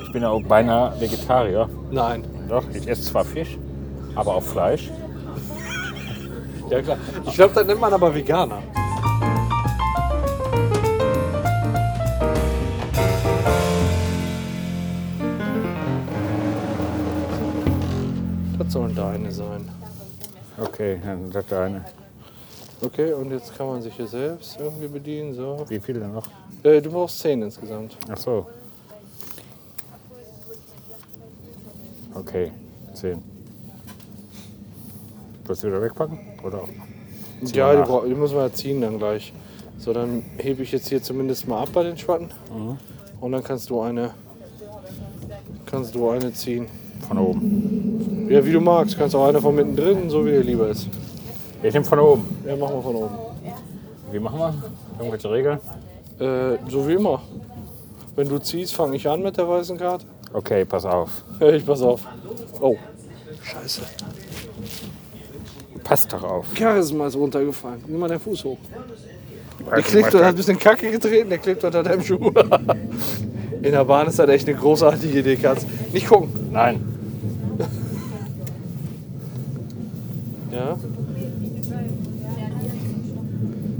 Ich bin ja auch beinahe Vegetarier. Nein. Doch, ich esse zwar Fisch, aber auch Fleisch. Ja, klar. Ich glaube, das nennt man aber Veganer. Das sollen deine sein. Okay, dann sagt der eine. Okay, und jetzt kann man sich hier selbst irgendwie bedienen. So. Wie viele denn noch? Äh, du brauchst 10 insgesamt. Ach so. Okay, zehn. Willst du wieder wegpacken? Oder? Ja, die, nach. brau- die müssen wir ja ziehen dann gleich. So, dann hebe ich jetzt hier zumindest mal ab bei den Schwatten. Und dann kannst du eine. Kannst du eine ziehen. Von oben. Ja, wie du magst. Kannst auch eine von mittendrin, so wie dir lieber ist. Ich nehme von oben. Ja, machen wir von oben. Wie machen wir? Irgendwelche Regeln? Äh, so wie immer. Wenn du ziehst, fange ich an mit der weißen Karte. Okay, pass auf. Ich pass auf. Oh. Scheiße. Passt doch auf. Charisma ist runtergefallen. Nimm mal deinen Fuß hoch. Der Also, Clipton hat ein Meister, bisschen Kacke getreten, der klebt unter deinem Schuh. In der Bahn ist das echt eine großartige Idee, Katz. Nicht gucken. Nein. Ja?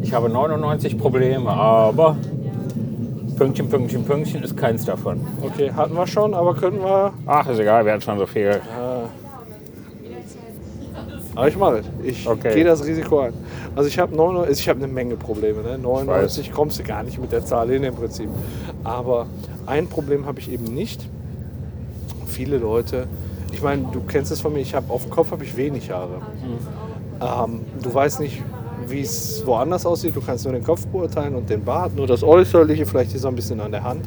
Ich habe 99 Probleme, aber Pünktchen, Pünktchen, Pünktchen ist keins davon. Okay, hatten wir schon, aber könnten wir. Ach, ist egal, wir hatten schon so viel. Aber ich mache es. Ich Okay. gehe das Risiko ein. Also ich habe 99, ich habe eine Menge Probleme. Ne? 99 kommst du gar nicht mit der Zahl hin im Prinzip. Aber ein Problem habe ich eben nicht. Viele Leute, ich meine, du kennst es von mir, ich habe auf dem Kopf habe ich wenig Haare. Ähm, du weißt nicht, wie es woanders aussieht. Du kannst nur den Kopf beurteilen und den Bart, nur das Äußerliche, vielleicht ist er ein bisschen an der Hand.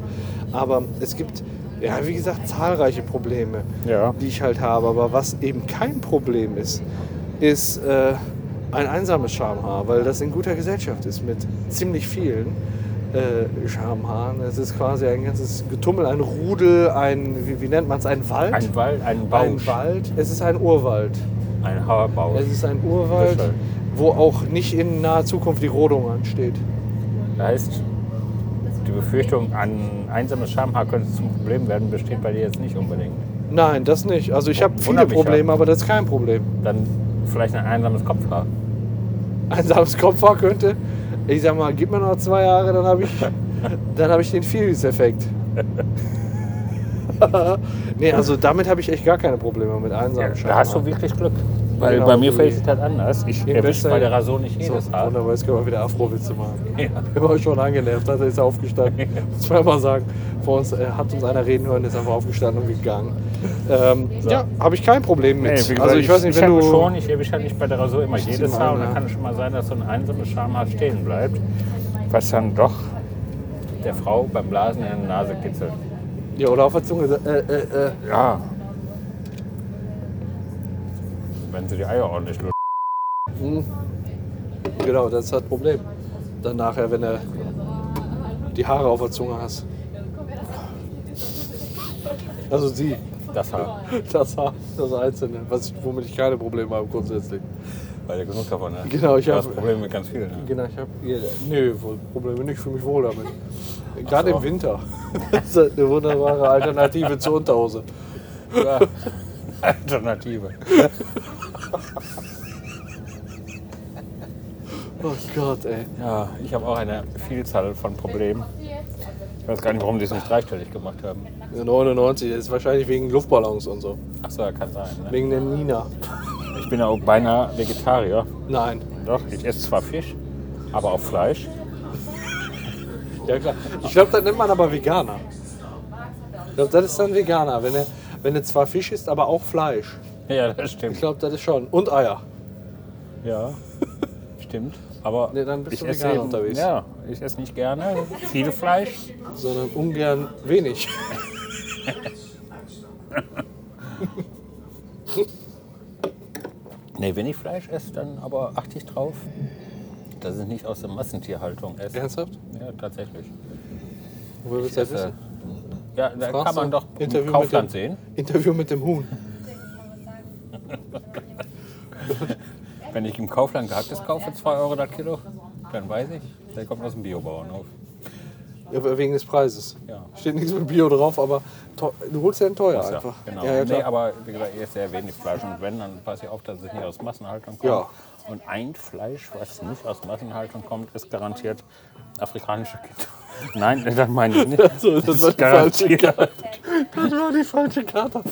Aber es gibt, ja, wie gesagt, zahlreiche Probleme, Ja. die ich halt habe. Aber was eben kein Problem ist, ist äh, ein einsames Schamhaar, weil das in guter Gesellschaft ist mit ziemlich vielen äh, Schamhaaren. Es ist quasi ein ganzes Getummel, ein Rudel, ein, wie, wie nennt man es, ein Wald? Ein Wald, ein ein Bausch, Wald. Es ist ein Urwald. ein Haarbausch. Es ist ein Urwald, Bescheid. wo auch nicht in naher Zukunft die Rodung ansteht. Da heißt, die Befürchtung, ein einsames Schamhaar könnte zum Problem werden, besteht bei dir jetzt nicht unbedingt. Nein, das nicht. Also ich habe viele Oh, Wundert mich, halt. Probleme, aber das ist kein Problem. Dann vielleicht ein einsames Kopfhaar. Einsames Kopfhaar könnte, ich sag mal, gib mir noch zwei Jahre, dann habe ich, dann hab ich den Felix-Effekt. nee, also damit habe ich echt gar keine Probleme mit einsamen da hast du wirklich Glück. Weil Genau, bei mir die- fällt es halt anders. Ich Im erwische Westen- bei der Rasur nicht so, jedes Haar. Wunderbar, jetzt können wir wieder Afro-Witze machen. Ja. Wir waren schon angenervt, hat er ist aufgestanden. Muss man mal sagen. Vor uns äh, hat uns einer reden hören, ist einfach aufgestanden und gegangen. Ähm, Ja, habe ich kein Problem mit. Nee, wie gesagt, also ich, weiß nicht, ich wenn hab du. schon, ich erwische halt nicht bei der Rasur immer zieh jedes mal ne? Haar ein, und dann ja. kann es schon mal sein, dass so ein einsames Schamhaar stehen bleibt, was dann doch der Frau beim Blasen in die Nase kitzelt. Ja, oder auf der Zunge. Äh, äh, äh. Ja. Wenn sie die Eier ordentlich lutschen. Hm. Genau, das ist das Problem. Dann nachher, wenn du die Haare auf der Zunge hast. Also sie, Das halt, Haar, das Haar, das Einzelne, was, womit ich keine Probleme habe grundsätzlich. weil der genug davon ne? hat. Genau, ich Du hast hab- Probleme mit ganz vielen. Ne? Genau, ich habe. Nö, Probleme nicht, ich fühle mich wohl damit. Gerade so. im Winter. Das ist eine wunderbare Alternative zur Unterhose. Ja. Alternative. Oh Gott, ey. Ja, ich habe auch eine Vielzahl von Problemen. Ich weiß gar nicht, warum die es nicht dreistellig gemacht haben. 99 ist wahrscheinlich wegen Luftballons und so. Achso, kann sein. Ne? Wegen der Nina. Ich bin ja auch beinahe Vegetarier. Nein. Doch, ich esse zwar Fisch, aber auch Fleisch. Ja klar. Ich glaube, das nennt man aber Veganer. Ich glaube, das ist dann Veganer, wenn er, wenn er zwar Fisch isst, aber auch Fleisch. Ja, das Ich stimmt. glaube, das ist schon. Und Eier. Ja, stimmt. Aber Nee, dann bist ich du esse vegan eben, unterwegs. Ja, ich esse nicht gerne viel Fleisch. Sondern ungern wenig. Nee, wenn ich Fleisch esse, dann aber achte ich drauf, dass ich nicht aus der Massentierhaltung esse. Ernsthaft? Ja, tatsächlich. Woher willst du das wissen? Ja, da Fragst äh, kann man du? doch Interview im mit Kaufland dem- sehen. Interview mit dem Huhn. Wenn ich im Kaufland gehacktes kaufe, 2 Euro das Kilo, dann weiß ich, der kommt aus dem Biobauernhof. Ja, wegen des Preises. Ja. Steht nichts mit Bio drauf, aber teu- du holst ja einen teuer Ja, einfach. Genau. Ja, ja, nee, klar. aber wie gesagt, ihr esst sehr wenig Fleisch. Und wenn, dann passt ihr auf, dass es nicht aus Massenhaltung kommt. Ja. Und ein Fleisch, was nicht aus Massenhaltung kommt, ist garantiert afrikanische Kinder. Nein, das meine ich nicht. So, das, war ist die falsche garantiert. Karte. Das war die falsche Karte.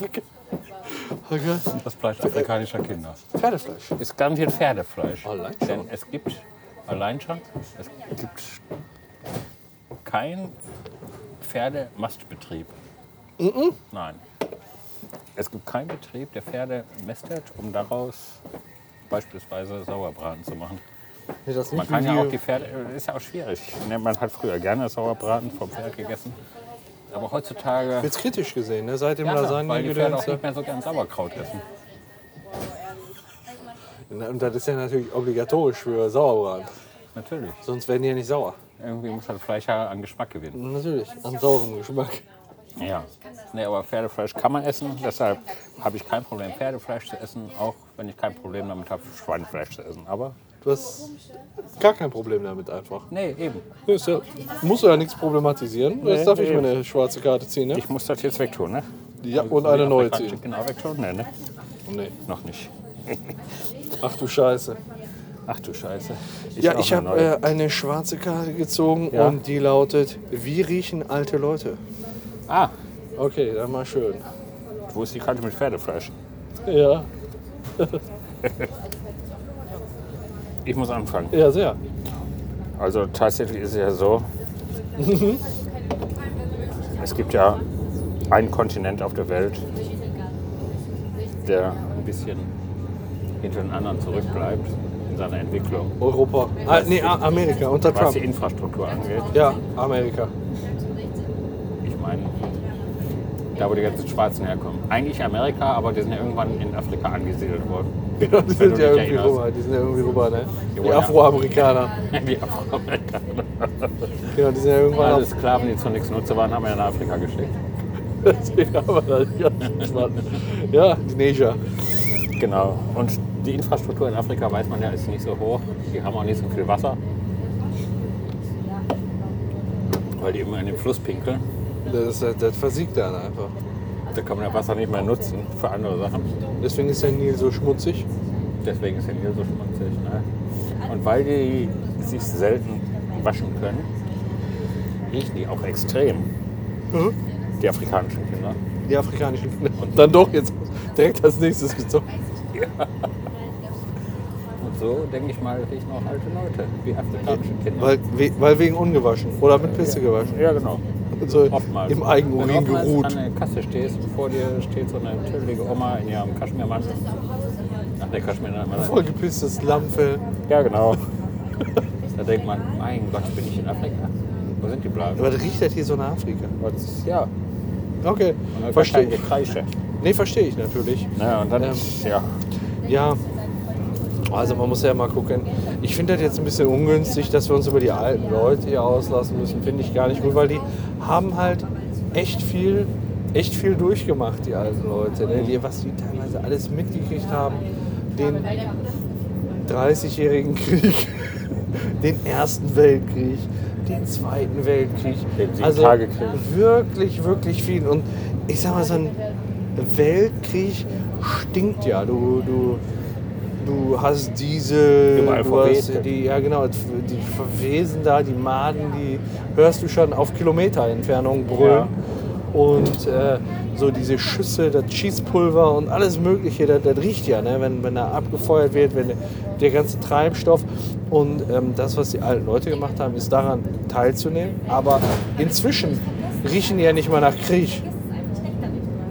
Okay. Das Fleisch afrikanischer Kinder. Pferdefleisch. Ist garantiert Pferdefleisch. Allein schon. Denn es gibt, allein schon, es gibt keinen Pferdemastbetrieb. Nein. Es gibt keinen Betrieb, der Pferde mästet, um daraus beispielsweise Sauerbraten zu machen. Nee, das Man nicht kann wie ja wir- auch die Pferde, ist ja auch schwierig. Ne, Man hat früher gerne Sauerbraten vom Pferd gegessen. Aber heutzutage, Jetzt kritisch gesehen, ne? seit dem ja, weil die Pferde auch Lasagne-Gedöns. nicht mehr so gern Sauerkraut essen. Na, Und das ist ja natürlich obligatorisch für Sauerbraten. Natürlich. Sonst werden die ja nicht sauer. Irgendwie muss das Fleisch ja an Geschmack gewinnen. Natürlich, an saurem Geschmack. Ja. Nee, aber Pferdefleisch kann man essen, deshalb habe ich kein Problem, Pferdefleisch zu essen, auch wenn ich kein Problem damit habe, Schweinefleisch zu essen. Aber Du hast gar kein Problem damit einfach. nee, eben. Ja, ist ja, musst du ja nichts problematisieren. Jetzt darf ich mir eine schwarze Karte ziehen, ne? Ich muss das jetzt wegtun, ne? Ja, und eine neue ziehen. Oh, Genau, wegtun? Nee, ne? Nee. Noch nicht. Ach du Scheiße. Ach du Scheiße. Ja, auch ich eine habe neue. äh, eine schwarze Karte gezogen Ja. und die lautet, wie riechen alte Leute? Ah, Okay, dann mal schön. wo ist die Karte mit Pferdefleisch? Ja, Ich muss anfangen. ja sehr. Also tatsächlich ist es ja so, Mhm. es gibt ja einen Kontinent auf der Welt, der ein bisschen hinter den anderen zurückbleibt in seiner Entwicklung, Europa. Ah, nee, A- Amerika unter was die Trump. Infrastruktur angeht. Ja, Amerika. Ich meine, da wo die ganzen Schwarzen herkommen. Eigentlich Amerika, aber die sind ja irgendwann in Afrika angesiedelt worden. Genau, die Wenn du sind ja dich irgendwie erinnerst. rüber. Die sind ja irgendwie rüber, ne? Die wollen ja- Afroamerikaner. Die Afroamerikaner. Genau, die sind ja irgendwann Alle Sklaven, die zu nichts Nutze waren, haben wir nach Afrika geschickt. Deswegen haben wir da die ganzen Schwarzen. Ja, die Neger. Genau. Und die Infrastruktur in Afrika, weiß man ja, ist nicht so hoch. Die haben auch nicht so viel Wasser. Weil die immer in den Fluss pinkeln. Das, äh, das, das versiegt dann einfach. Da kann man das Wasser nicht mehr nutzen für andere Sachen. Deswegen ist der Nil so schmutzig. Deswegen ist der Nil so schmutzig. Ne? Und weil die sich selten waschen können, riechen die auch extrem. Die afrikanischen Kinder. Die afrikanischen Kinder. Und dann doch jetzt direkt als nächstes gezogen. Und so, denke ich mal, riechen auch alte Leute, wie afrikanische Kinder. Weil, we- weil wegen ungewaschen oder mit Pisse gewaschen. ja, genau. Also Oftmals. im Eigenurin Wenn du geruht. oftmals an der Kasse stehst, vor dir steht so eine tüdelige Oma in ihrem Kaschmirmantel. Ach, der Kaschmirmantel. Vollgepisstes Lammfell. Ja, genau. da denkt man, mein Gott, bin ich in Afrika? Wo sind die Blasen? Aber das riecht das hier so nach Afrika. Was- Ja, und Okay, dann verstehe keine ich. Kreische. Nee, verstehe ich natürlich. Ja, und dann, Ähm. ja. Ja, also man muss ja mal gucken. Ich finde das jetzt ein bisschen ungünstig, dass wir uns über die alten Leute hier auslassen müssen. Finde ich gar nicht gut, weil die haben halt echt viel, echt viel durchgemacht, die alten Leute. Ne? Die, was die teilweise alles mitgekriegt haben. Den 30-jährigen Krieg, den Ersten Weltkrieg, den Zweiten Weltkrieg. Also Den Sieben-Tage-Krieg. wirklich, wirklich viel. Und ich sag mal, so ein Weltkrieg stinkt ja. Du, du, du hast Diesel, Überall du hast verwest. die, ja genau, die Verwesen da, die Maden, die hörst du schon auf Kilometerentfernung brüllen. Und äh, so diese Schüsse, das Schießpulver und alles Mögliche, das, das riecht ja, ne? wenn, wenn da abgefeuert wird, wenn der ganze Treibstoff. Und ähm, das, was die alten Leute gemacht haben, ist daran teilzunehmen. Aber inzwischen riechen die ja nicht mal nach Krieg.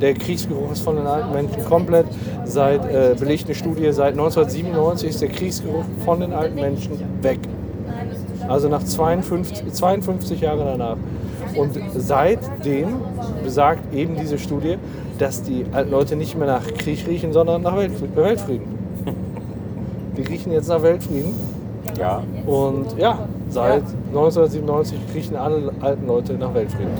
Der Kriegsgeruch ist von den alten Menschen komplett. Seit äh, belegt eine Studie, seit 1997 ist der Kriegsgeruch von den alten Menschen weg. Also nach 52, 52 Jahren danach. Und seitdem besagt eben diese Studie, dass die alten Leute nicht mehr nach Krieg riechen, sondern nach Weltfrieden. Weltfrieden. Die riechen jetzt nach Weltfrieden. Ja, Und ja, seit 1997 riechen alle alten Leute nach Weltfrieden.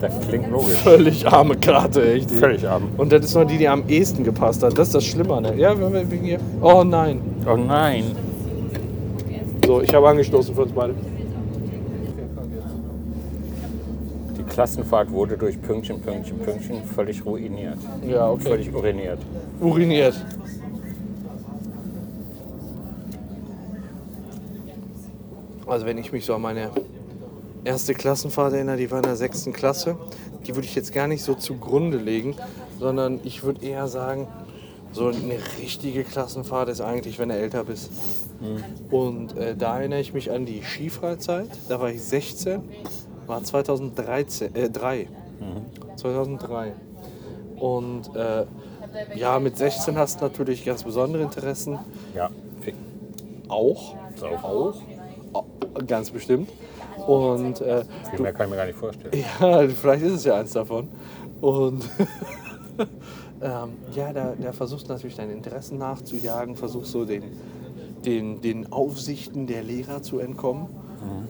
das klingt logisch. Völlig arme Karte, echt. Völlig arm. Und das ist nur die, die am ehesten gepasst hat. Das ist das Schlimme, ne? Ja, wenn wir wegen hier. Oh nein. Oh nein. So, ich habe angestoßen für uns beide. Klassenfahrt wurde durch Pünktchen, Pünktchen, Pünktchen völlig ruiniert. Ja, okay. Völlig uriniert. Uriniert. Also wenn ich mich so an meine erste Klassenfahrt erinnere, die war in der sechsten Klasse, die würde ich jetzt gar nicht so zugrunde legen, sondern ich würde eher sagen, so eine richtige Klassenfahrt ist eigentlich, wenn du älter bist. Und äh, da erinnere ich mich an die Skifreizeit. Da war ich 16, war 2013, äh, 3. 2003. Und äh, ja, mit 16 hast du natürlich ganz besondere Interessen. Ja, fick. Auch. Auch. Au- Ganz bestimmt. Und äh, Viel mehr kann ich mir gar nicht vorstellen. ja, vielleicht ist es ja eins davon. Und ähm, ja, da, da versuchst du natürlich deinen Interessen nachzujagen, versuchst so den, den, den Aufsichten der Lehrer zu entkommen,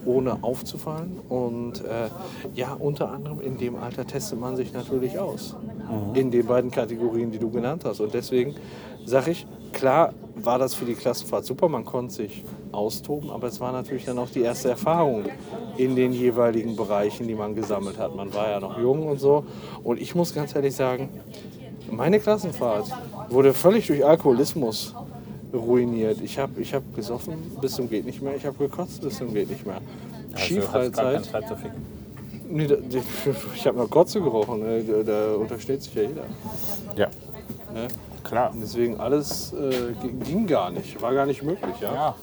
ohne aufzufallen. Und äh, ja, unter anderem in dem Alter testet man sich natürlich aus. In den beiden Kategorien, die du genannt hast. Und deswegen sage ich, klar war das für die Klassenfahrt super, man konnte sich austoben, aber es war natürlich dann auch die erste Erfahrung in den jeweiligen Bereichen, die man gesammelt hat. Man war ja noch jung und so. Und ich muss ganz ehrlich sagen, meine Klassenfahrt wurde völlig durch Alkoholismus ruiniert. Ich habe ich hab gesoffen bis zum geht nicht mehr, ich habe gekotzt bis zum geht nicht mehr. Also, hast gar keine Skifreizeit. Zeit zu ficken. Nee, da, die, ich habe noch Kotze gerochen, ne? da, da untersteht sich ja jeder. Ja, Ne? klar. Deswegen alles äh, g- ging gar nicht, war gar nicht möglich. Ja? Ja,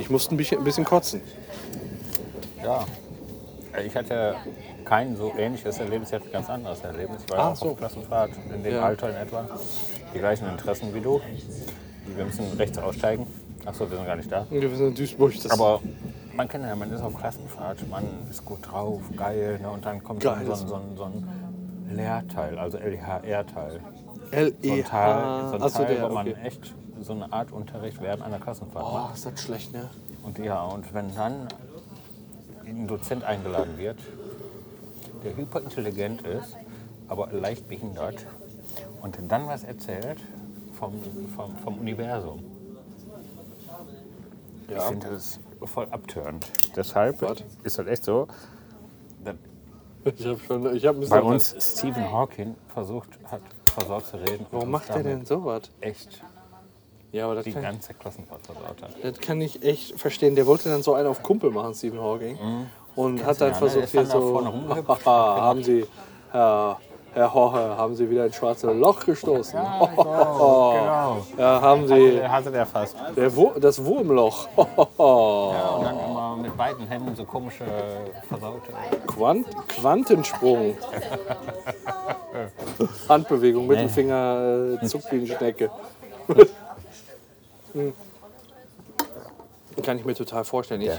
Ich musste ein bisschen, ein bisschen kotzen. ja. Ich hatte kein so ähnliches Erlebnis, ich hatte ein ganz anderes Erlebnis. Ich war Ah, auch so. auf Klassenfahrt in dem Ja. Alter in etwa. Die gleichen Interessen wie du. Wir müssen rechts aussteigen. Achso, wir sind gar nicht da. Und wir sind in Duisburg. Das Aber man kennt ja, man ist auf Klassenfahrt, man ist gut drauf, geil. Ne? Und dann kommt so ein, so, ein, so, ein, so ein Lehrteil, also LHR-Teil. So E ein Teil, so LEH. ein Achso, Teil der, wo man okay. echt so eine Art Unterricht während einer Klassenfahrt macht. Oh, ist das schlecht, ne? Und ja, und wenn dann ein Dozent eingeladen wird, der hyperintelligent ist, aber leicht behindert und dann was erzählt vom, vom, vom Universum. Ich finde das voll abtörend. Deshalb ist das echt so. dass Ich habe schon, ich habe ein bisschen. Bei uns Stephen Hawking versucht hat, versorgt zu reden. und uns Warum macht er damit denn sowas? Echt Ja, aber das die kann, ganze Klassenfahrt versaut hat. das kann ich echt verstehen. Der wollte dann so einen auf Kumpel machen, Stephen Hawking. Und hat dann Mhm. ja, ne? versucht, Ist hier dann da so. vorne rumgehüpft. Haha, haben Sie, Herr, Herr Horche, haben Sie wieder ein schwarzes Loch gestoßen? Ja, Genau. haben Sie Hatte der fast. der Wur das Wurmloch? Ja, und dann immer mit beiden Händen so komische versaute. Quant Quantensprung. Handbewegung, Mittelfinger, äh, zuckt wie eine Schnecke. Hm. Kann ich mir total vorstellen. Ich,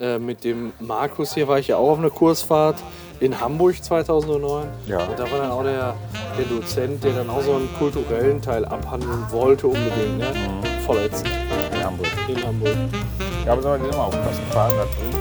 äh, mit dem Markus hier war ich ja auch auf einer Kursfahrt in Hamburg 2009. Ja. Und da war dann auch der, der Dozent, der dann auch so einen kulturellen Teil abhandeln wollte unbedingt. Ne? Voll ätzend In Hamburg. in Hamburg. Ja, aber soll man immer aufpassen fahren, das bringt